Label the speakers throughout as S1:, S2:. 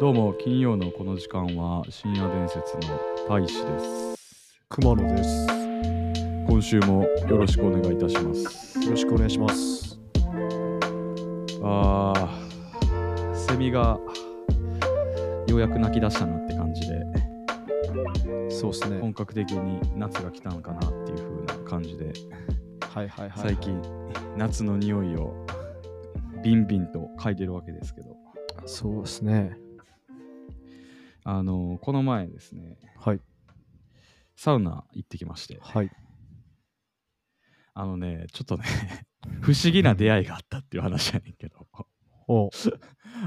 S1: どうも金曜のこの時間は深夜伝説の大使です
S2: 熊野です。
S1: 今週もよろしくお願いいたします
S2: よろしくお願いします。
S1: あーセミがようやく泣き出したなって感じで
S2: そうですね。
S1: 本格的に夏が来たのかなっていう風な感じで
S2: はいはいはい、
S1: 最近。夏の匂いをビンビンと嗅いでるわけですけど
S2: そうですね。
S1: あのこの前ですね
S2: はい。
S1: サウナ行ってきまして
S2: はい。
S1: あのねちょっとね 不思議な出会いがあったっていう話やねんけど
S2: お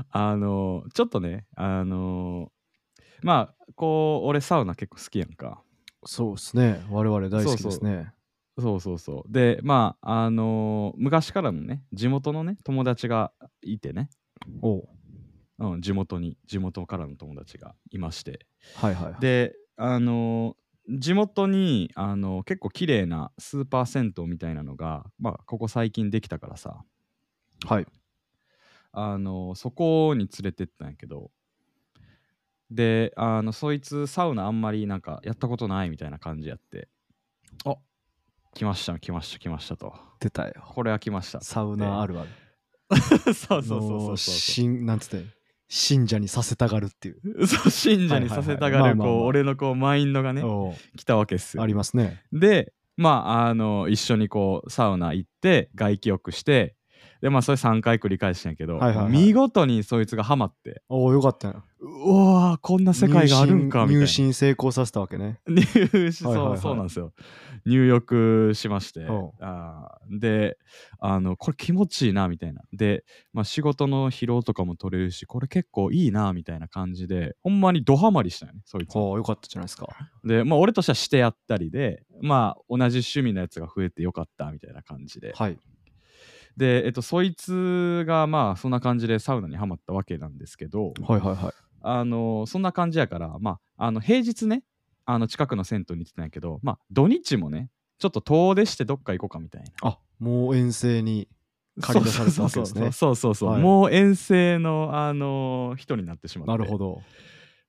S1: あのちょっとねあのまあこう俺サウナ結構好きやんか
S2: そうですね。我々大好きですね。
S1: そうそうそうでまああの昔からのね地元のね友達がいてね、
S2: おう
S1: うん、地元に地元からの友達がいまして
S2: はいはいはい。
S1: であの地元にあの結構綺麗なスーパー銭湯みたいなのがまあここ最近できたからさ
S2: はい。
S1: あのそこに連れてったんやけどであのそいつサウナあんまりなんかやったことないみたいな感じやって
S2: あ
S1: 来ました来ました来ましたと
S2: 出たよ。
S1: これは来 ました
S2: サウナあるある。
S1: るそうそうそうそ
S2: あの
S1: うそ
S2: ーしんなんつって、信者にさせたがるっていう。
S1: うそう信者にさせたが
S2: はいはいはい
S1: る
S2: まあまあまあ
S1: こう俺のこうマインドがね
S2: おう
S1: 来たわけっすよ
S2: ありますね。
S1: でまああの一緒にこうサウナ行って外気浴してでまあそれ3回繰り返してんやけど、
S2: はいはいはい
S1: 見事にそいつがハマって
S2: おおよかったよ。
S1: うわーこんな世界があるんかみたいな
S2: 入信入信成功させたわけね。
S1: 入浴し、
S2: はい
S1: そう
S2: はいはい
S1: そうなんですよ入浴しまして
S2: おう
S1: あーであのこれ気持ちいいなみたいなで、まあ、仕事の疲労とかも取れるしこれ結構いいなみたいな感じでほんまにドハマりしたよねそいつ
S2: おおよかったじゃないですか。
S1: でまあ俺としてはしてやったりでまあ同じ趣味のやつが増えてよかったみたいな感じで
S2: はい。
S1: で、えっと、そいつがまあそんな感じでサウナにはまったわけなんですけど
S2: はいはいはい。
S1: あのそんな感じやから、まあ、あの平日ねあの近くの銭湯に行ってたんやけど、まあ、土日もねちょっと遠出してどっか行こうかみたいな
S2: あもう遠征に。借り出されたわけですね
S1: そうそうそうそうそうそうそう、
S2: はい
S1: もう遠征の、あの人になってしまって
S2: なるほど。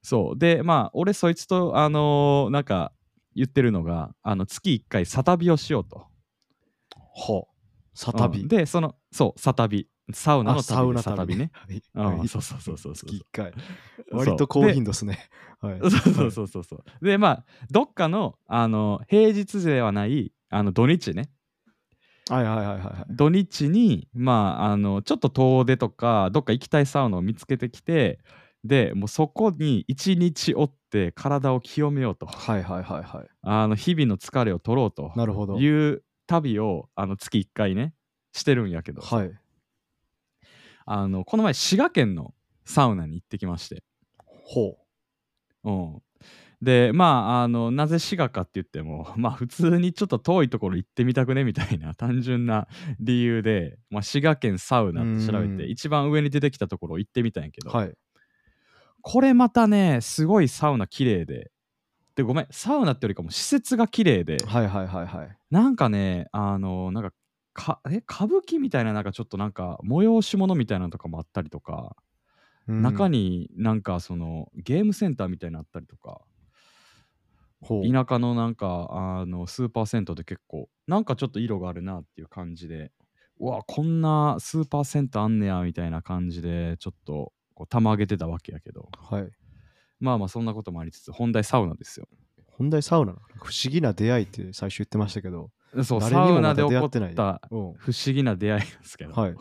S1: そうでまあ俺そいつとあのなんか言ってるのがあの月1回サタビをしようと
S2: ほう。サタ
S1: う
S2: ビ
S1: ん。でそのそうサタビサウナの
S2: あサウ
S1: 旅で
S2: ナ
S1: サタ
S2: 旅
S1: ビね。
S2: はい
S1: うんそうそうそうそうそう
S2: 月1回。割と高頻度ですね。 はい。
S1: そうそうそうそうそう。でまあどっかのあの平日ではないあの土日ね
S2: はいはいはいはいはい。
S1: 土日にまああのちょっと遠出とかどっか行きたいサウナを見つけてきてでもうそこに一日おって体を清めようと
S2: はいはいはいは
S1: あの日々の疲れを取ろうと
S2: い。なるほど。
S1: いう旅をあの月1回ねしてるんやけど、
S2: はい。
S1: あのこの前滋賀県のサウナに行ってきまして。
S2: ほ
S1: うん、でまああのなぜ滋賀かって言っても まあ普通にちょっと遠いところ行ってみたくねみたいな 単純な理由で、まあ、滋賀県サウナって調べ
S2: う
S1: て
S2: ん
S1: 一番上に出てきたところ行ってみたんやけど、
S2: う。はい。
S1: これまたねすごいサウナ綺麗で。でごめんサウナってよりかも施設が綺麗で
S2: はいはいはいはい。
S1: なんかねあのなんかかえ歌舞伎みたいななんかちょっとなんか催し物みたいなのとかもあったりとか
S2: うん
S1: 中になんかそのゲームセンターみたいなのあったりとか
S2: ほう
S1: 田舎のなんかあのスーパー銭湯で結構なんかちょっと色があるなっていう感じでうわこんなスーパー銭湯あんねやみたいな感じでちょっとこう玉上げてたわけやけど
S2: はい。
S1: まあまあそんなこともありつつ本題サウナですよ
S2: 本題サウナなの。不思議な出会いって最初言ってましたけど。
S1: そう
S2: 誰
S1: サ
S2: に
S1: ウ
S2: も
S1: ナ
S2: ま
S1: で
S2: だ
S1: 起
S2: 出
S1: こ
S2: 会ってない
S1: った
S2: う
S1: 不
S2: ん。
S1: 思議な出会いなんですけど、
S2: はい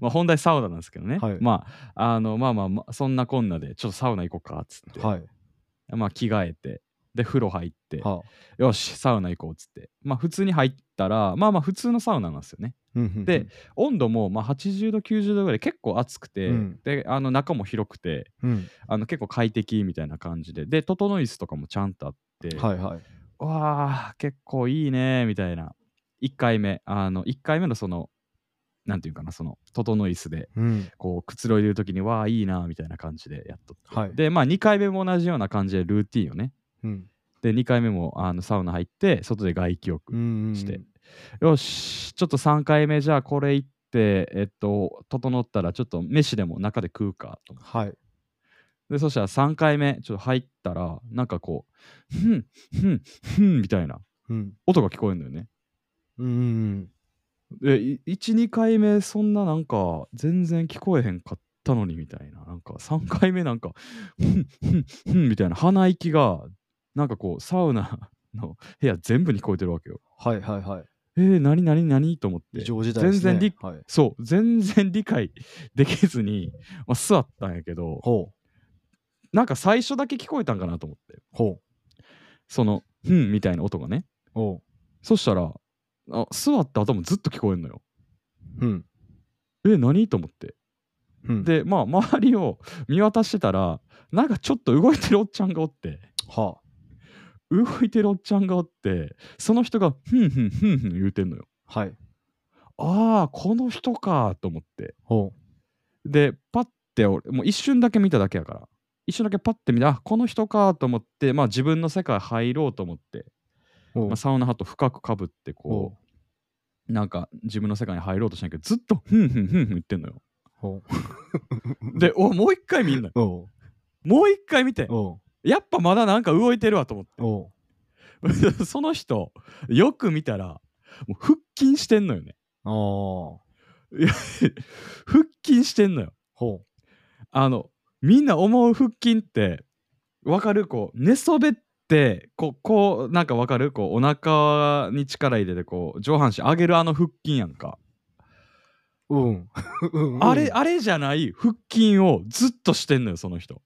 S1: まあ本題サウナなんですけどね、
S2: はい
S1: まああのまあまあまあそんなこんなでちょっとサウナ行こうかっつって、
S2: はい。
S1: まあ着替えてで風呂入って
S2: はあ。
S1: よしサウナ行こうっつってまあ普通に入ったらまあまあ普通のサウナなんですよね
S2: うんうんうん
S1: で、温度もまあ80度90度ぐらい結構暑くて、
S2: うん
S1: であの中も広くて
S2: うん。
S1: あの結構快適みたいな感じでで整い椅子とかもちゃんとあって、
S2: はいはい。
S1: わあ結構いいねみたいな1回目あの1回目のそのなんていうかなその整い椅子で
S2: うん。
S1: こうくつろいでる時にわあいいなみたいな感じでやっとって、
S2: はい
S1: でまあ2回目も同じような感じでルーティンをね
S2: うん。
S1: で2回目もあのサウナ入って外で外気浴、
S2: うん。
S1: してよしちょっと3回目じゃあこれ行ってえっと整ったらちょっと飯でも中で食うかと思って
S2: はい。
S1: で、そしたら3回目、ちょっと入ったら、なんかこう、ふん、ふん、ふんみたいな
S2: うん。
S1: 音が聞こえるんだよね。
S2: うんうん
S1: で、い1、2回目、そんななんか、全然聞こえへんかったのにみたいな。なんか、3回目なんか、ふん、ふん、ふんみたいな鼻息が、なんかこう、サウナの部屋全部に聞こえてるわけよ。
S2: うん。はいはいはい。
S1: えー、何何何と思って。
S2: 異常事態ですね。
S1: 全然理
S2: はい。
S1: そう、全然理解できずに、まあ、座ったんやけど、
S2: ほう。
S1: なんか最初だけ聞こえたんかなと思って。
S2: ほ
S1: その、ふんみたいな音がね。
S2: う。ほ
S1: そしたらあ座った後もずっと聞こえるのよ。
S2: う。うん。
S1: え何と思って。
S2: うん。、
S1: でまあ周りを見渡してたらなんかちょっと動いてるおっちゃんがおって
S2: は
S1: 動いてるおっちゃんがおってその人がふんふんふんふん言うてんのよ。
S2: あ。はい。
S1: ああこの人かと思って。
S2: ほ
S1: でパッて俺もう一瞬だけ見ただけやから一瞬だけパッて見たあこの人かと思ってまあ自分の世界入ろうと思って、
S2: う。ほ
S1: ま
S2: う
S1: あ、。サウナハット深くかぶって
S2: ほ
S1: こうなんか自分の世界に入ろうとしたんやけどずっとふんふんふんふん言ってんのよ。
S2: ほ う。
S1: で、おもう一回見ん のよ。
S2: おう。
S1: もう一回見て、
S2: おう。
S1: やっぱまだなんか動いてるわと思
S2: おう。
S1: って。 その人、よく見たら、もう腹筋してんのよね。
S2: ああ。
S1: 腹筋してんのよ。
S2: ほ
S1: あの、みんな思う腹筋って、わかるこう、寝そべって、こう、こうなんかわかるこう、お腹に力入れて、こう、上半身上げるあの腹筋やんか。
S2: う。うん。 うん
S1: あれ、あれじゃない腹筋をずっとしてんのよ、その人。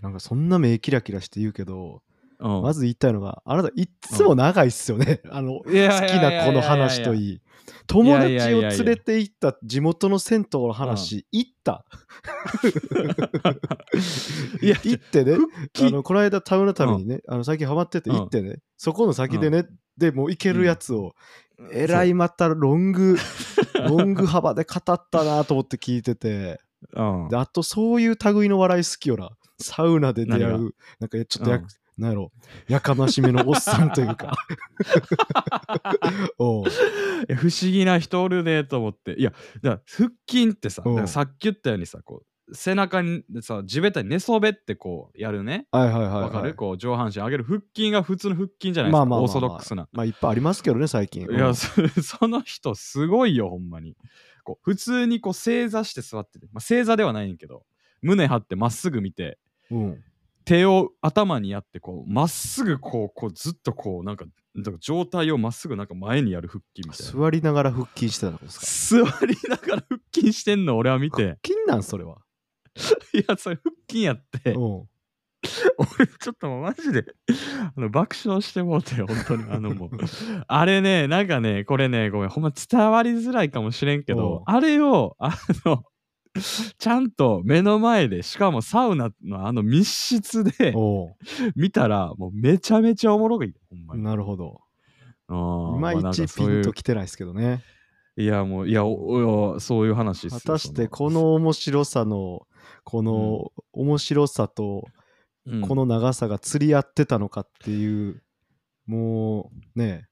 S2: なんかそんな目キラキラして言うけど、
S1: うん。
S2: まず言いたいのが、あなたいっつも長いっすよね。 あの、
S1: いやいや
S2: 好
S1: い
S2: き
S1: やいや
S2: な子の話といい。友達を連れて行った地元の銭湯の話、行った。
S1: いや
S2: 行ってね、
S1: 筋
S2: あのこの間、タウンのためにね、あの最近ハマってて
S1: うん
S2: 行ってね、そこの先でね、でもう行けるやつを、えらいまたロ ング、ロング幅で語ったなと思って聞いてて、
S1: うん
S2: であとそういう類の笑い好きよな。サウナで出会
S1: 何
S2: う、なんかちょっとや、
S1: うん
S2: なんやろ、やかましめのおっさんとい うか。おう
S1: いや不思議な人おるねと思っていやだから腹筋ってさ
S2: うん
S1: だからさっき言ったようにさこう背中にさ地べたに寝そべってこうやるね
S2: はいはいはい、はい。
S1: わかるこう上半身上げる腹筋が普通の腹筋じゃないですか、
S2: まあまあまあまあ
S1: オーソドックスな。
S2: まあいっぱいありますけどね、最近。
S1: いやそ その人すごいよほんまにこう普通にこう正座して座ってて、まあ、正座ではないんやけど胸張ってまっすぐ見て
S2: うん。
S1: 手を頭にやってこうまっすぐこうこうずっとこうなんかなんか上体をまっすぐなんか前にやる腹筋みたいな。
S2: 座りながら腹筋してたのですか。
S1: 座りながら腹筋してんの俺は見て
S2: 腹筋なん、それは。
S1: いやそれ腹筋や って
S2: うん。
S1: 俺 ちょっともうマジであの爆笑してもうて本当にあのも うあれねなんかねこれねごめんほんま伝わりづらいかもしれんけ
S2: おう
S1: どあれをあのちゃんと目の前でしかもサウナのあの密室で
S2: おう
S1: 見たらもうめちゃめちゃおもろいほんまに
S2: なるほど。
S1: あー
S2: いま
S1: あないん
S2: ち
S1: か
S2: ピ
S1: そう
S2: ン
S1: いう
S2: ときてないですけどね。
S1: いやもういやおおそういう話っすよ
S2: 果た
S1: そ
S2: し
S1: の
S2: てこの面白さの、この面白さ
S1: うん
S2: と、この長さが釣り合ってたのかっていう、もうね、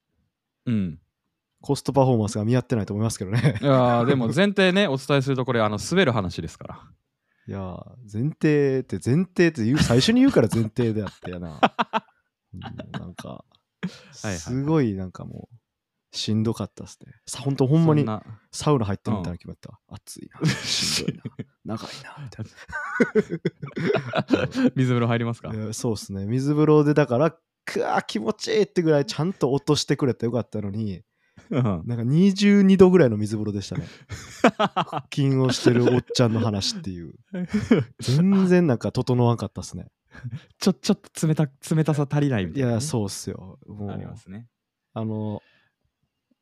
S1: うん
S2: コストパフォーマンスが見合ってないと思いますけどね
S1: い。やーでも前提ねお伝えするとこれあの滑る話ですから
S2: いやー、前提って前提って言う、最初に言うから前提であってや な。うんなんか、
S1: いはい
S2: すごいなんかもう、しんどかったですね。さ、ほんとほんまに
S1: そな
S2: サウナ入ってるみたいな気分だった。暑いな、 しんどいな、 長いな、みたい
S1: 水風呂入りますか
S2: な。いやそうですね。水風呂でだから、くわー気持ちいいってぐらいちゃんと落としてくれてよかったのに、
S1: うん
S2: なんか22度ぐらいの水風呂でした ね。腹筋をしてるおっちゃんの話って いう。全然なんか整わんかったですね。
S1: ちょちょっと冷た冷たさ足りないみ
S2: い
S1: たいなね、
S2: や、そうっすよ。も
S1: あり
S2: う
S1: ま。すね
S2: あの、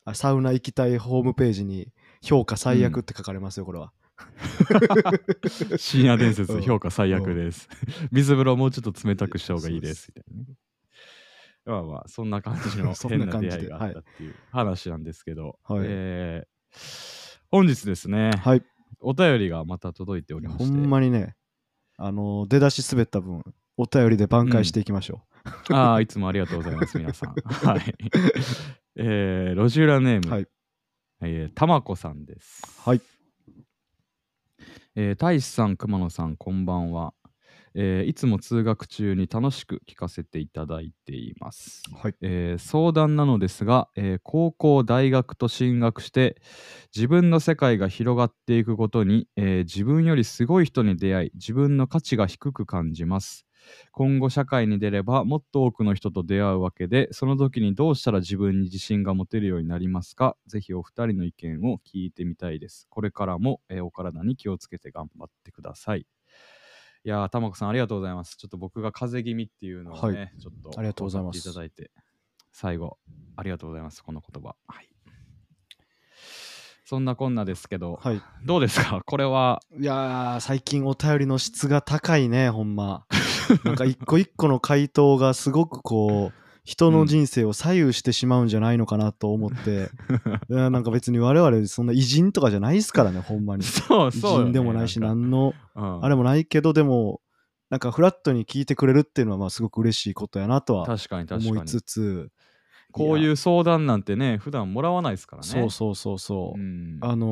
S2: あサウナ行きたいホームページに評価最悪って書かれますよ、これは。
S1: 深夜伝
S2: う
S1: 説
S2: ん
S1: 評価最悪です、水風呂もうちょっと冷たくした方がいいですみたいなねまあまあそんな感じの
S2: そ
S1: 変
S2: んな
S1: な
S2: 感じ
S1: 出
S2: で
S1: 会いがあったっていう話なんですけど、
S2: はい
S1: えー本日ですね、
S2: はい。
S1: お便りがまた届いておりまして。
S2: ほんまにね、あの、出だし滑った分、お便りで挽回していきましょ
S1: ああ、いつもありがとうございます、皆 さん。はい。えー、路地裏ネー
S2: う。
S1: ム、
S2: はい。
S1: えーたまこさんです。
S2: はい。
S1: えー、大志さん、熊野さん、こんばんは。えーいつも通学中に楽しく聞かせていただいています。
S2: はい。
S1: えー相談なのですが、えー高校大学と進学して自分の世界が広がっていくことに、えー自分よりすごい人に出会い自分の価値が低く感じます今後社会に出ればもっと多くの人と出会うわけでその時にどうしたら自分に自信が持てるようになりますかぜひお二人の意見を聞いてみたいですこれからも、えーお体に気をつけて頑張ってくださいいやーたまこさんありがとうございますちょっと僕が風邪気味っていうのをね、
S2: はい
S1: ちょっと
S2: ありがとうございます
S1: 語っていただいて最後ありがとうございますこの言葉はいそんなこんなですけど、
S2: はい。
S1: どうです かこれはい
S2: やー、最近お便りの質が高いね、ほ んま。なんか一個一個の回答がすごくこう、人の人生を左右してしまうんじゃないのかなと 思って、いやなんか別に我々そんな偉人とかじゃないですからね、ほんまに。
S1: そう
S2: 偉
S1: そうよね、
S2: 人でもないし、
S1: ん
S2: 何の
S1: かうん
S2: あれもないけど、でも、なんかフラットに聞いてくれるっていうのは、まあすごく嬉しいことやなとは
S1: 確かに確
S2: 思
S1: か
S2: い
S1: に
S2: つつ、
S1: こういう相談なんてね普段もらわないですからね
S2: そうそうそうそう。
S1: ん
S2: あの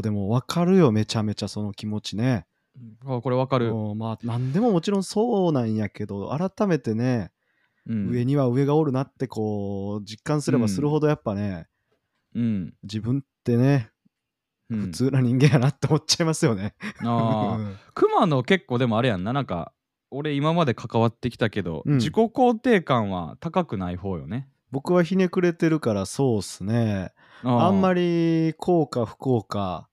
S2: ーでも分かるよ、めちゃめちゃその気持ちね。
S1: あこれわかる、
S2: うんまあ、何でももちろんそうなんやけど、改めてね、
S1: うん、
S2: 上には上がおるなってこう、実感すればするほどやっぱね、
S1: うん、
S2: 自分ってね、
S1: うん
S2: 普通な人間やなって思っちゃいますよね。
S1: ああ熊野結構でもあれやんななんか俺今まで関わってきたけど、
S2: うん
S1: 自己肯定感は高くない方よね
S2: 僕はひねくれてるから、そうっすね。あんまりこうか不幸か、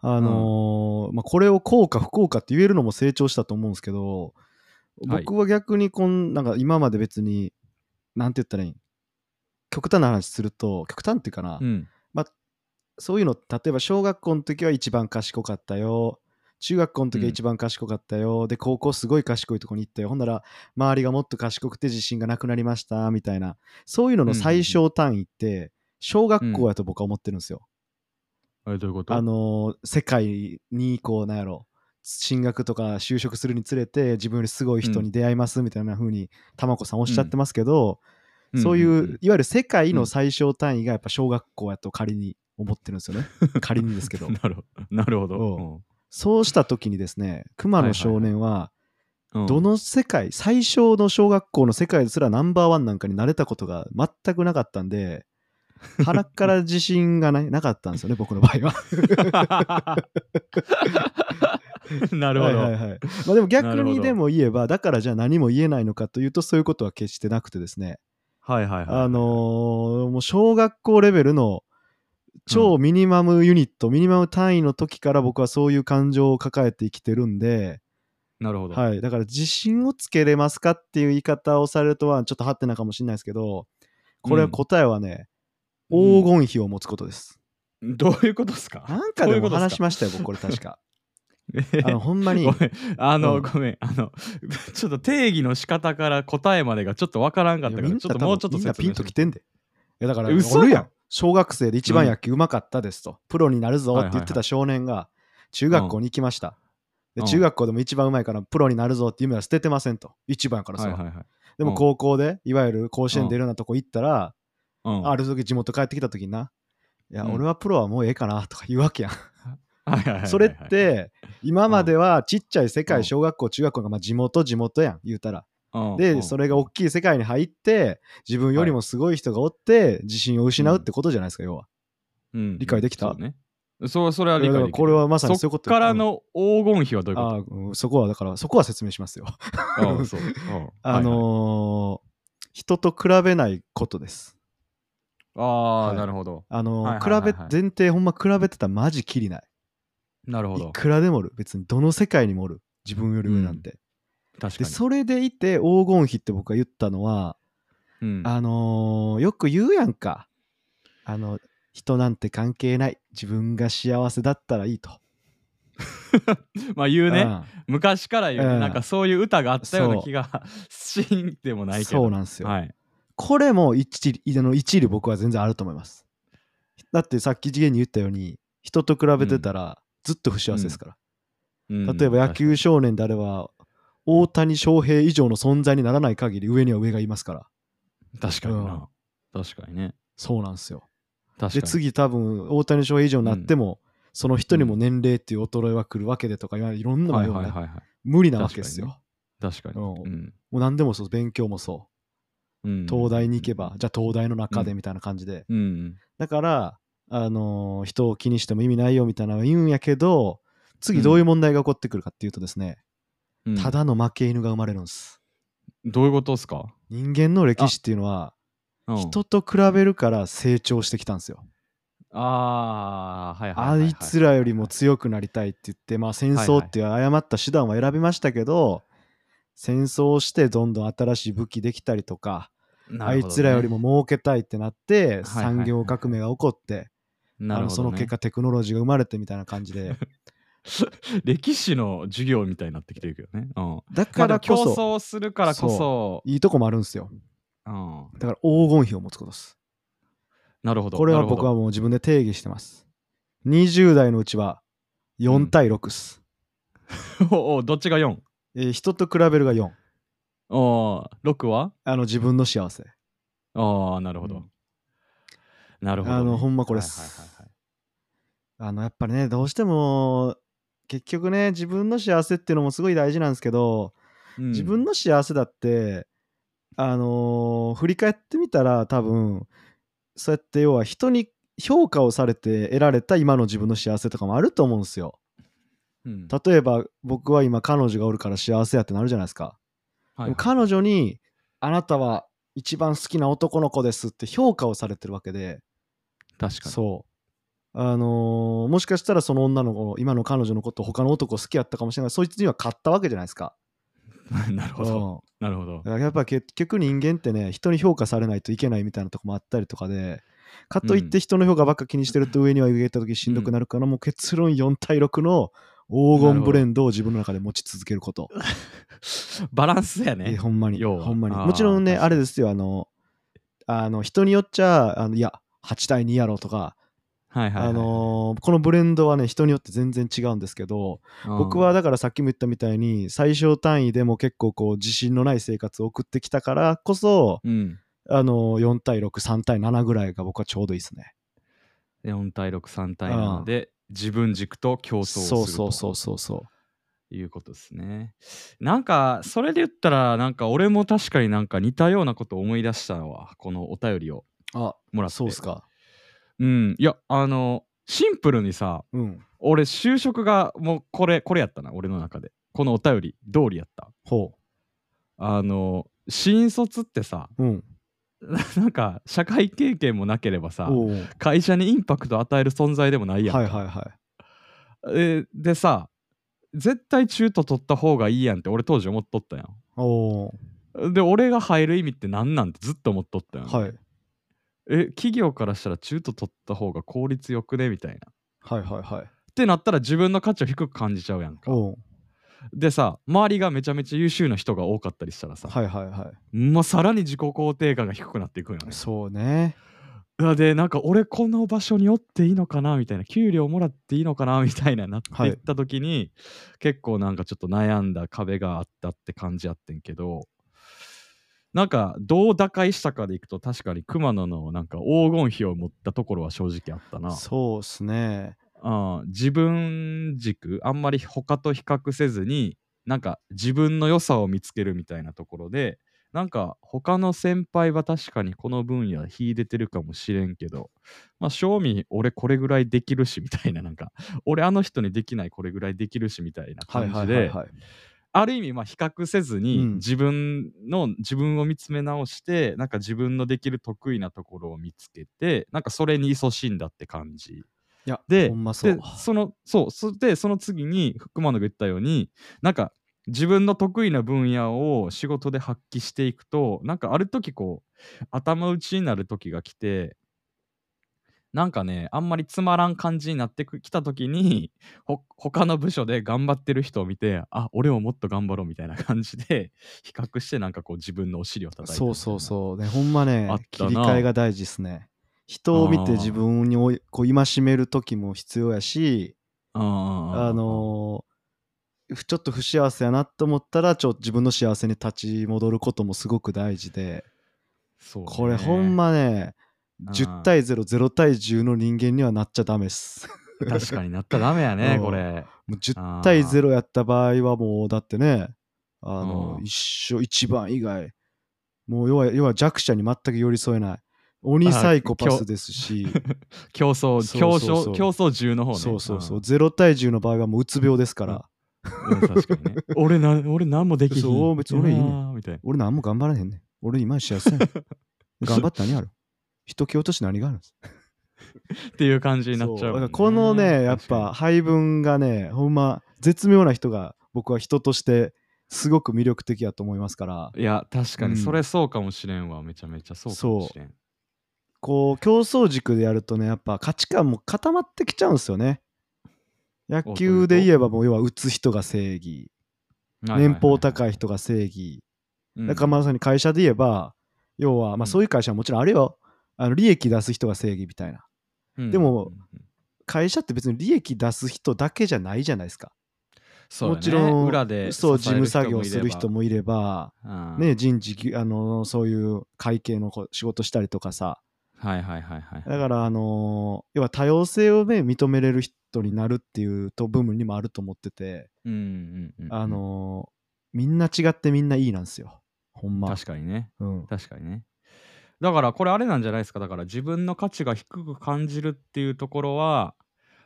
S2: あのーまあ、これをこうか不幸かって言えるのも成長したと思うんですけど、
S1: はい
S2: 僕は逆にこん、なんか今まで別に、なんて言ったらいいん極端な話すると、極端っていうかな、
S1: うん
S2: そういうの、例えば小学校の時は一番賢かったよ。中学校の時
S1: う
S2: は
S1: ん
S2: 一番賢かったよ。で、高校すごい賢いとこに行ったよ。ほんなら、周りがもっと賢くて自信がなくなりました、みたいな。そういうのの最小単位って、小学校やと僕は思ってるんですよ。
S1: えどういうこと
S2: あの世界にこうなんやろ進学とか就職するにつれて自分よりすごい人に出会いますみたいな風にたまこさんおっしゃってますけど、
S1: ん
S2: そういう,、
S1: んん
S2: いわゆる世界の最小単位がやっぱ小学校やと仮に思ってるんです よね仮にですけ ど
S1: なるほどなるほ
S2: お
S1: ど、
S2: そうした時にですね熊野少年は
S1: うんうん
S2: どの 世界、最小の小学校の世界ですらナンバーワンなんかになれたことが全くなかったんで鼻から自信がないなかったんですよね僕の場合は
S1: なるほど、
S2: はいはいはい。まあで
S1: な
S2: も逆
S1: るほ
S2: に
S1: ど
S2: でも言えば、だからじゃあ何も言えないのかというと、そういうことは決してなくてですね、
S1: はいはいはい。
S2: あのーもう小学校レベルの超ミニマムユニット、ミニマム単位の時から僕はそういう感情を抱えて生きてるんで、
S1: なるほど。
S2: はい、だから自信をつけれますかっていう言い方をされるとは、ちょっとハテナかもしれないですけど、これは答えはね、
S1: うん
S2: 黄金比を持つことです。
S1: どういうことですか
S2: なんかでも話し
S1: ま
S2: ましたよ、僕、これ確 か。
S1: す
S2: あの、ほんまに
S1: ご。めん。あの、
S2: うん
S1: ごめん。あの、 ちょっと定義の仕方から答えまでがちょっとわからんかったか
S2: いやみん
S1: ら、
S2: な
S1: ちょっともうちょっと
S2: 多分みんな
S1: 説
S2: ピ
S1: 明
S2: ン
S1: して
S2: と
S1: も
S2: きてんで。いやだから、
S1: 嘘やん
S2: おるやん。小学生で一番野球うまかったですと、プロになるぞって言ってた少年が中学校に行きました。
S1: うん
S2: で中学校でも一番うまいからプロになるぞって夢は捨ててませんと。一番やからそ
S1: は
S2: れ
S1: い
S2: は
S1: はいはい。
S2: でも
S1: うん
S2: 高校で、いわゆる甲子園出るようなとこ行ったら、
S1: うん
S2: ある時地元帰ってきた時にな、いや、
S1: うん
S2: 俺はプロはもうええかなとか言うわけやん。
S1: はいはいはいはい
S2: それっ、て、今まではちっちゃい世
S1: う
S2: 界、
S1: ん
S2: 小学校、中学校がまあ地元、地元やん、言うたら。
S1: うん
S2: で、それが大きい世界に入って、自分よりもすごい人がおって、自信を失うってことじゃないですか、要は。理解できた
S1: そうね。そそれは理解でき
S2: いやだ
S1: る
S2: からこれはまさにそういうこと
S1: そっからの黄金比はどういうこ
S2: あーうんそこは、だから、そこは説明しますよ。
S1: とあそう。うん
S2: あのー
S1: はいはい
S2: 人と比べないことです。
S1: あ
S2: はい
S1: ー、なるほど。
S2: あのー
S1: はいはいはいはい
S2: 比べ、前提、ほんま比べてたらマジきりない。
S1: なるほ
S2: い
S1: ど。
S2: くらでもおる。別にどの世界にもおる。自分より上なんて。
S1: 確か
S2: で、
S1: に。
S2: それでいて、黄金比って僕が言ったのは、
S1: うん
S2: あのーよく言うやんか。あの、人なんて関係ない。自分が幸せだったらいいと。
S1: まあ言うね。
S2: ん
S1: 昔から言うね、
S2: うん
S1: なんかそういう歌があったよう
S2: そ
S1: な
S2: う
S1: 気がしんでもないけど。
S2: そうなんですよ、
S1: はい。
S2: これも一理あの一理僕は全然あると思いますだってさっき次元に言ったように人と比べてたらずっと不幸せですから、
S1: うん
S2: 例えば野球少年であれば大谷翔平以上の存在にならない限り上には上がいますから
S1: 確かにな、確かにね
S2: そうなんですよ
S1: 確かに
S2: で次多分大谷翔平以上になっても、その人にも年齢っていう衰えは来るわけでとかいわゆるいろんなも
S1: は
S2: の
S1: い
S2: が
S1: はいはいはい
S2: 無理なわけですよ、
S1: 確かに、
S2: うん
S1: うん
S2: もう何でもそう勉強もそ
S1: うん
S2: う東大に行けば、じゃあ東大の中でみたいな感じで、
S1: うんうん
S2: だからあのー人を気にしても意味ないよみたいなのは言うんやけど次どういう問題が起こってくるかっていうとですね、
S1: うん
S2: ただの負け犬が生まれるんです
S1: どういうことですか、
S2: 人間の歴史っていうのは
S1: うん
S2: 人と比べるから成長してきたんですよ、
S1: ああはいはいは
S2: あ
S1: はい
S2: つらよりも強くなりたいって言って、まあ、戦争っていう誤った手段は選びましたけど、戦争をしてどんどん新しい武器できたりとか、あいつらよりも儲けたいってなって
S1: はいはい
S2: 産業革命が起こって、
S1: な
S2: あ
S1: る
S2: の
S1: ほ
S2: そ
S1: どね
S2: の結果テクノロジーが生まれてみたいな感 じで
S1: 歴史の授業みたいになってきてるけどね、うん、
S2: だ
S1: ま
S2: か
S1: あでも
S2: らこ
S1: 競
S2: そ、
S1: 争するからこそ
S2: いいとこもあるんですよ
S1: うん、
S2: だから黄金比を持つことです
S1: なるほど
S2: これは
S1: なるほど
S2: 僕はもう自分で定義してます20代のうちは4対6っす、
S1: おおどっちが 4?
S2: えー人と比べるが4
S1: おお6は
S2: あの自分の幸せ
S1: ああなるほど、
S2: うん
S1: なるほどね、
S2: あのほんまこれっ
S1: はい
S2: す
S1: はいはいはい
S2: あのやっぱりねどうしても結局ね自分の幸せっていうのもすごい大事なんですけど、
S1: うん
S2: 自分の幸せだってあのー振り返ってみたら多分そうやって要は人に評価をされて得られた今の自分の幸せとかもあると思うんですよ。
S1: うん
S2: 例えば僕は今彼女がおるから幸せやってなるじゃないですか。
S1: はいはい
S2: でも彼女に「あなたは一番好きな男の子です」って評価をされてるわけで、
S1: 確かに
S2: そう。あのーもしかしたらその女の子、今の彼女のこと、他の男好きやったかもしれないがそいつには勝ったわけじゃないですか。
S1: なるほど
S2: うん
S1: なるほど
S2: だからやっぱ結局人間ってね、人に評価されないといけないみたいなとこもあったりとかで、かといって人の評価ばっか気にしてると上には上げた時しんどくなるから、もう結論4対6の黄金ブレンドを自分の中で持ち続けること。
S1: バランスや
S2: え
S1: ね
S2: ほんまに、
S1: 要は
S2: ほんまに。
S1: あー
S2: もちろんね、
S1: 確かに
S2: あれですよ、あの、あの人によっちゃ、あのいや、8対2やろとか、
S1: はいはい、はい、
S2: あのーこのブレンドはね人によって全然違うんですけど、
S1: うん
S2: 僕はだからさっきも言ったみたいに最小単位でも結構こう自信のない生活を送ってきたからこそ、
S1: うん
S2: あのー4対63対7ぐらいが僕はちょうどいいですね。
S1: 4対63対7で自分軸と競争
S2: そ
S1: を
S2: う
S1: する
S2: そうそ
S1: と
S2: うそうそう。
S1: いうことですね。なんかそれで言ったらなんか俺も確かになんか似たようなことを思い出したのはこのお便りを
S2: あ
S1: もらって。
S2: そうっすか。
S1: うんいやあのシンプルにさ
S2: うん。
S1: 俺就職がもうこれこれやったな俺の中でこのお便り通りやった。
S2: ほ
S1: あの新卒ってさ
S2: う。うん。
S1: なんか社会経験もなければさ
S2: おう
S1: 会社にインパクト与える存在でもないやんか
S2: はいはいは
S1: えーでさ絶対中途取った方がいいやんって俺当時思っとったや
S2: い。おお。
S1: んで俺が入る意味って何なんてずっと思っとったやん、
S2: はい。
S1: え企業からしたら中途取った方が効率よくねみたいなっ
S2: はいはいはい。
S1: てなったら自分の価値を低く感じちゃうやんか
S2: おう。
S1: でさ周りがめちゃめちゃ優秀な人が多かったりしたらさ、
S2: はいはいは
S1: まあ、さらに自己肯定感が低くなっていくんよ
S2: い。
S1: ね
S2: そうね。
S1: あでなんか俺この場所におっていいのかなみたいな給料もらっていいのかなみたいななって
S2: はい
S1: いった時に、結構なんかちょっと悩んだ壁があったって感じやってんけどなんかどう打開したかでいくと確かに熊野のなんか黄金比を持ったところは正直あったな
S2: そうっすね。
S1: あ自分軸あんまり他と比較せずになんか自分の良さを見つけるみたいなところでなんか他の先輩は確かにこの分野秀でてるかもしれんけどまあ正味俺これぐらいできるしみたいななんか俺あの人にできないこれぐらいできるしみたいな
S2: はい
S1: 感
S2: は
S1: じ
S2: いはい
S1: で
S2: はい。
S1: ある意味まあ比較せずに
S2: うん
S1: 自分の、自分を見つめ直してなんか自分のできる得意なところを見つけてなんかそれに勤しんだって感じ。
S2: いや、
S1: で
S2: ほんまそう
S1: で。そのそうそでその次に福間野が言ったようになんか自分の得意な分野を仕事で発揮していくとなんかある時こう頭打ちになる時が来てなんかねあんまりつまらん感じになってくきた時にほ他の部署で頑張ってる人を見てあ俺ももっと頑張ろうみたいな感じで比較してなんかこう自分のお尻を叩いて
S2: そうそうそうねほんまね
S1: あった
S2: 切
S1: な
S2: り替えが大事ですね人を見て
S1: あー
S2: 自分においこう戒める時も必要やし
S1: ああ
S2: あのーふちょっと不幸せやなと思ったらちょ自分の幸せに立ち戻ることもすごく大事で
S1: そうね
S2: これほんまね
S1: ん
S2: 10対00対10の人間にはなっちゃダメっす
S1: 確かになったらダメやね
S2: うん
S1: これ
S2: もう10
S1: あー
S2: 対0やった場合はもうだってねあの
S1: うん
S2: 一生一番以外もう要は要は弱者に全く寄り添えない鬼サイコパスですし
S1: 競争
S2: そ
S1: 競
S2: うそうそう
S1: 争競争中 の方ね
S2: そうそうそうん0対10の場合はもううつ病ですから、
S1: うんうん確かに ね俺な俺何もできひん
S2: そう別に俺いいねん
S1: あーみたいな
S2: 俺何も頑張らへんねん。俺今幸 せやん。頑張って何やる人蹴落として何があるんです
S1: っていう感じになっちゃう
S2: だ
S1: もん
S2: か
S1: ね
S2: らこのね、やっ
S1: 確
S2: ぱ
S1: か
S2: 配分がね、ほんま絶妙な人が僕は人としてすごく魅力的やと思いますから、
S1: にいや確か
S2: うん
S1: にそれそうかもしれんわめちゃめちゃそうかもしれん
S2: こう競争軸でやるとね、やっぱ価値観も固まってきちゃうんですよね。野球で言えばもう要は打つ人が正義、年俸高い人が正義、だからまさに会社で言えば、要はまあそういう会社はもちろんあるよ。あの利益出す人が正義みたいな。
S1: ら
S2: でも会社って別に利益出す人だけじゃないじゃないですか。
S1: そうだね
S2: もちろん
S1: 裏で
S2: そう事
S1: 支える
S2: 務
S1: 人も
S2: 作業する人もいれば、
S1: いればうん
S2: ね、人事ぎあのそういう会計のこ仕事したりとかさ
S1: はいはいはいはい
S2: だから、あの要は多様性を、ね、認めれる人になるっていうと部分にもあると思ってて、
S1: うんうんうんうん
S2: あのみんな違ってみんないいなんですよほんま。
S1: 確かにね
S2: うん
S1: 確かにねだからこれあれなんじゃないですかだから自分の価値が低く感じるっていうところは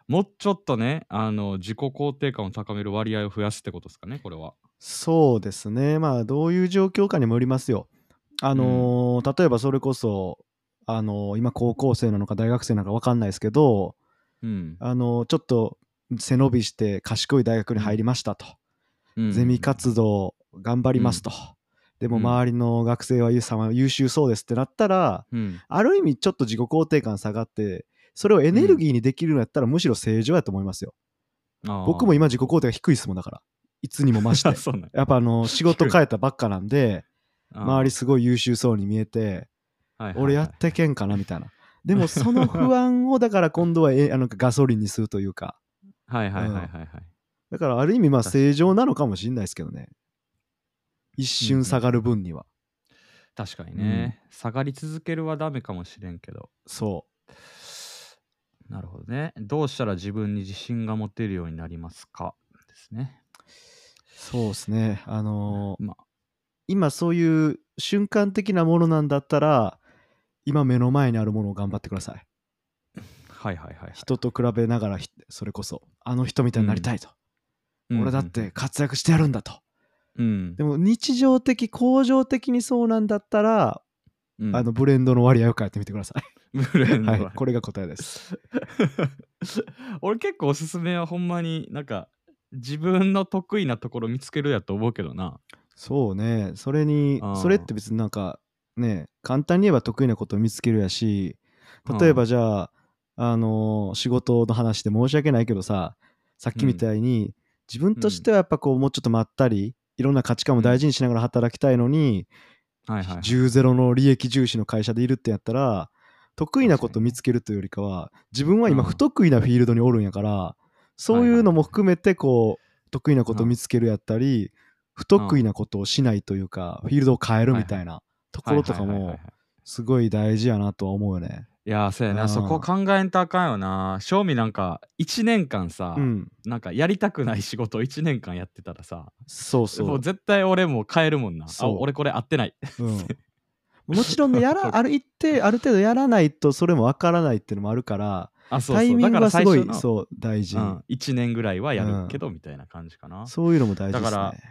S1: もうちょっとねあの自己肯定感を高める割合を増やすってことですかねこれは
S2: そうですね、まあ、どういう状況かにもよりますよ。あのー例えばそれこそ、あのー今、高校生なのか大学生なのか分かんないですけど、
S1: うん、
S2: あのーちょっと背伸びして賢い大学に入りましたと、
S1: うん
S2: ゼミ活動頑張りますと、でも周りの学生はゆうさんは優秀そうですってなったら、
S1: うん
S2: ある意味、ちょっと自己肯定感下がって、それをエネルギーにできるのやったら、むしろ正常やと思いますよ。
S1: あー
S2: 僕も今、自己肯定が低いですもんだから、いつに も増して
S1: あ。そうなん
S2: やっぱあの仕事変えたばっかなんで周りすごい優秀そうに見えて
S1: あーはいはいはい
S2: 俺やってけんかなみたいなでもその不安をだから今度は えあのガソリンにするというか
S1: はいはいはいはいはい
S2: だからある意味まあ
S1: 確かに
S2: 正常なのかもしれないですけどね一瞬下がる分には
S1: 確かにね、下がり続けるはダメかもしれんけど
S2: そ
S1: なるほどねどうしたら自分に自信が持てるようになりますかですね
S2: うそうですねあのー
S1: まあ
S2: 今そういう瞬間的なものなんだったら今目の前にあるものを頑張ってください
S1: はいはいはい、はい、
S2: 人と比べながらひそれこそあの人みたいになりたいと、
S1: うん
S2: 俺だって活躍してやるんだと
S1: うん
S2: でも日常的恒常的にそうなんだったら、
S1: うん
S2: あのブレンドの割合を変えてみてください。
S1: ブレンド
S2: は、
S1: はい
S2: これが答えです。
S1: 俺結構おすすめはほんまになんか自分の得意なところ見つけるやと思うけどな
S2: そうね、それに
S1: あー
S2: それって別になんかね簡単に言えば得意なことを見つけるやし例えばじゃあ、あのー仕事の話で申し訳ないけどささっきみたいに、自分としてはやっぱこうもうちょっとまったりいろんな価値観も大事にしながら働きたいのに、
S1: はいはい、はい、
S2: 10ゼロの利益重視の会社でいるってやったら得意なこと見つけるというよりかは自分は今
S1: うん
S2: 不得意なフィールドにおるんやからそういうのも含めてこう得意なこと見つけるやったり不得意なことをしないというかフィールドを変えるみたいなところとか
S1: はいはいはい
S2: も
S1: はい
S2: すごい大事やなとは思うよね。
S1: いやーそうや
S2: うん
S1: なそこ考えんとあかんよな正味なんか1年間さ、
S2: うん
S1: なんかやりたくない仕事を1年間やってたらさ
S2: そうそ
S1: も
S2: う
S1: う絶対俺もう変えるもんなあ
S2: そう
S1: 俺これ合ってない
S2: う んもちろんねやらある一定ある程度やらないとそれもわからないっていうのもあるから
S1: あそうそう
S2: タイミングはすごい
S1: だから最初の
S2: そう大事
S1: うん、1年ぐらいはやるけどみたいな感じかな、
S2: そういうのも大事です
S1: だから
S2: ね。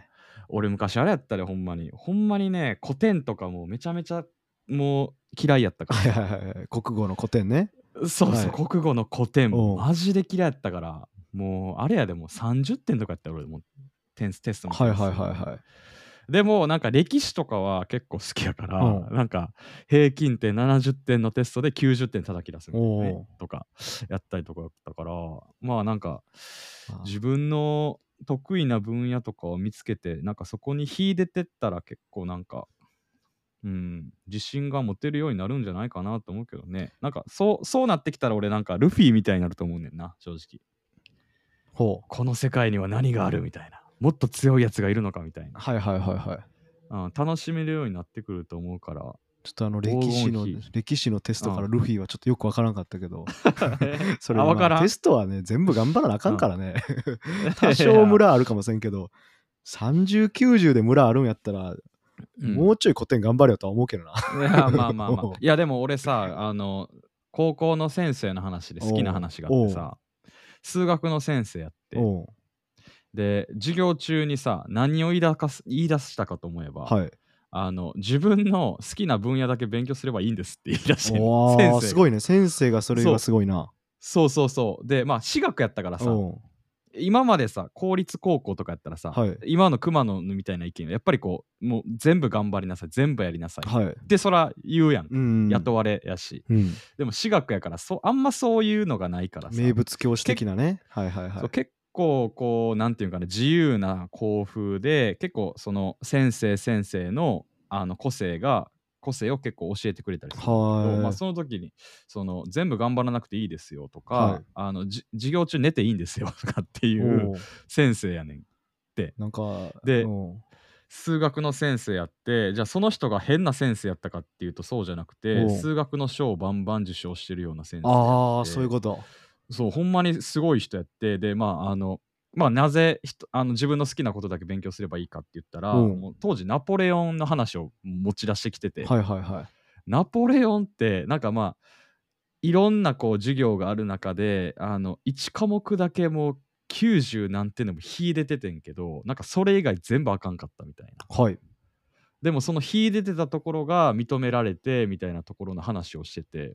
S1: 俺昔あれやったでほんまにほんまにね古典とかもうめちゃめちゃもう嫌いやったか
S2: はい
S1: ら
S2: はいはいはい国語の古典ね
S1: そうそう、
S2: は
S1: 国語の古典
S2: おう
S1: マジで嫌いやったからもうあれやでもう30点とかやったら俺もうテンステストの
S2: はいはいはい
S1: 点
S2: はい
S1: 数でもなんか歴史とかは結構好きやから、
S2: う
S1: なんか平均点70点のテストで90点叩き出すみたいな、
S2: おう
S1: ね、とかやったりとかやったからまあなんか
S2: ああ
S1: 自分の得意な分野とかを見つけてなんかそこに秀でてったら結構なんかうん、自信が持てるようになるんじゃないかなと思うけどね。なんか、そう、そうなってきたら俺なんかルフィみたいになると思うねんな、正直。
S2: ほう
S1: この世界には何があるみたいな。もっと強いやつがいるのかみたい
S2: はいはいはいはい
S1: な。うん、楽しめるようになってくると思うから。
S2: ちょっとあの歴史の
S1: 黄金比
S2: 歴史のテストからルフィはちょっとよくわからんかった けどそれ
S1: あ
S2: まあ
S1: わからん
S2: テストはね全部頑張らなあかんからね 多少ムラあるかもしれんけど3090でムラあるんやったら、
S1: うん
S2: もうちょい古典頑張れよとは思う けどな
S1: いやまあまあまあ
S2: おう。
S1: いやでも俺さ、あの、高校の先生の話で好きな話があってさ、数学の先生やって、
S2: おう
S1: で、授業中にさ、何を言い出かす言い出したかと思えば、
S2: はい
S1: あの、自分の好きな分野だけ勉強すればいいんですって言い出してる
S2: お
S1: 先生
S2: ー
S1: が
S2: すごいね先生がそれ
S1: そ
S2: が
S1: う
S2: すごいな
S1: そうそうそう。で、まあ、私学やったからさ、
S2: おう
S1: 今までさ、公立高校とかやったらさ、
S2: はい
S1: 今の熊野みたいな意見は、やっぱりこう、もう全部頑張りなさい、全部やりなさい。
S2: はい
S1: で、そら言うやん。
S2: うん
S1: 雇われやし。
S2: うん、
S1: でも私学やからそうあんまそういうのがないからさ
S2: 名物教師的なねはいはいは
S1: そう
S2: い
S1: 結構こうなんていうかな自由な校風で結構その先生先生のあの個性が個性を結構教えてくれたりするんだけ
S2: は
S1: ど
S2: い
S1: まあ、その時にその全部頑張らなくていいですよとか、
S2: はい
S1: あのじ授業中寝ていいんですよとかっていう
S2: おう
S1: 先生やねん。
S2: なんか
S1: で
S2: おう
S1: 数学の先生やってじゃあその人が変な先生やったかっていうとそうじゃなく
S2: お
S1: て
S2: う
S1: 数学の賞をバンバン受賞してるような先生やって
S2: ああそういうこと
S1: そう、ほんまにすごい人やって、で、まあ、あの、まあ、なぜ人あの自分の好きなことだけ勉強すればいいかって言ったら、
S2: うん
S1: もう当時ナポレオンの話を持ち出してきてて、
S2: はいはいはい
S1: ナポレオンってなんかまあいろんなこう授業がある中であの1科目だけもう90なんてのも秀でててんけどなんかそれ以外全部あかんかったみたいな
S2: はい
S1: でもその秀でてたところが認められてみたいなところの話をしてて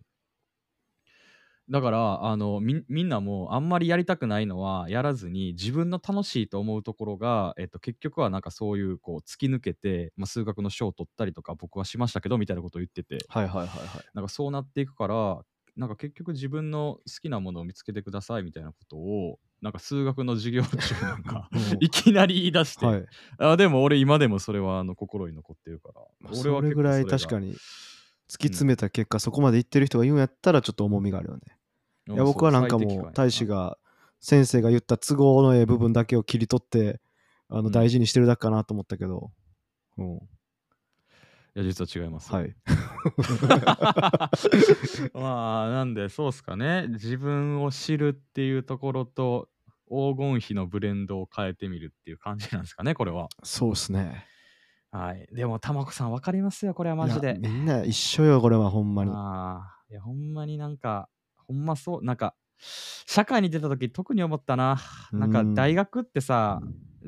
S1: だからあのみみんなもあんまりやりたくないのはやらずに自分の楽しいと思うところが、えっと、結局はなんかそういうこう突き抜けて、まあ、数学の賞を取ったりとか僕はしましたけどみたいなことを言ってて
S2: はいはいはいはい
S1: なんかそうなっていくからなんか結局自分の好きなものを見つけてくださいみたいなことをなんか数学の授業中なん かいきなり言い出して、
S2: はい、
S1: あでも俺今でもそれはあの心に残ってるから、
S2: まあ
S1: 俺は
S2: それぐらい確か
S1: に
S2: に突き詰めた結果、そこまで行ってる人が言うんやったらちょっと重みがあるよね。いや僕はなんかもう大使が先生が言った都合のええ部分だけを切り取ってあ
S1: う
S2: の
S1: ん
S2: 大事にしてるだけかなと思ったけど、うん
S1: いや実は違います、
S2: はい、
S1: まあなんでそうっすかね自分を知るっていうところと黄金比のブレンドを変えてみるっていう感じなんですかねこれは
S2: そうですね。
S1: はいでもたまこさんわかりますよこれはいマジ
S2: や
S1: で
S2: みんな一緒よこれはほんまに。
S1: ああいやほんまになんかほんまそうなんか社会に出た時特に思ったななんか
S2: うん
S1: 大学ってさ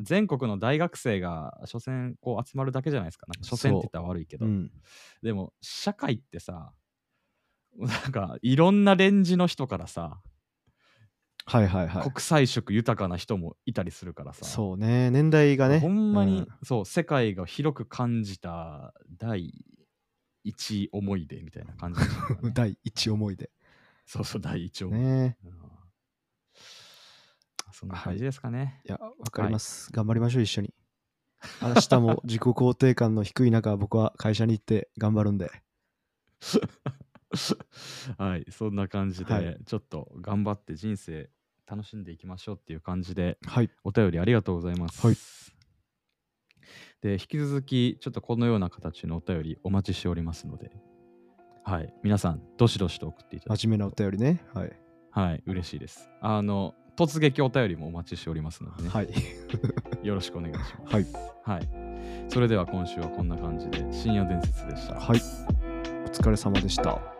S1: 全国の大学生が所詮こう集まるだけじゃないですかなんか所詮って言ったら悪いけ
S2: う
S1: ど、
S2: ん、
S1: でも社会ってさなんかいろんなレンジの人からさ、
S2: はいはいはい。
S1: 国際色豊かな人もいたりするからさ
S2: そうね年代がね。
S1: ほんまに、
S2: うん
S1: そう世界が広く感じた第一思い出みたいな感じでした からね、
S2: 第一思い出。
S1: そうそう第一思い出
S2: ね
S1: うんそんな感じですかね。
S2: いや、わかります、頑張りましょう、一緒に。明日 も自己肯定感の低い中、僕は会社に行って頑張るんで。
S1: はい、そんな感じで、
S2: はい
S1: ちょっと頑張って人生楽しんでいきましょうっていう感じで、
S2: はい。
S1: お便りありがとうございます。
S2: はい
S1: で、引き続き、ちょっとこのような形のお便りお待ちしておりますので、はい、皆さん、どしどしと送っていただき
S2: 真面目なお便りね。はい。
S1: はい、嬉しいです。あの、突撃お便りもお待ちしておりますので、ね、
S2: はい。
S1: よろしくお願いします。
S2: はい。
S1: はい。それでは今週はこんな感じで、深夜伝説でした。
S2: はい。お疲れ様でした。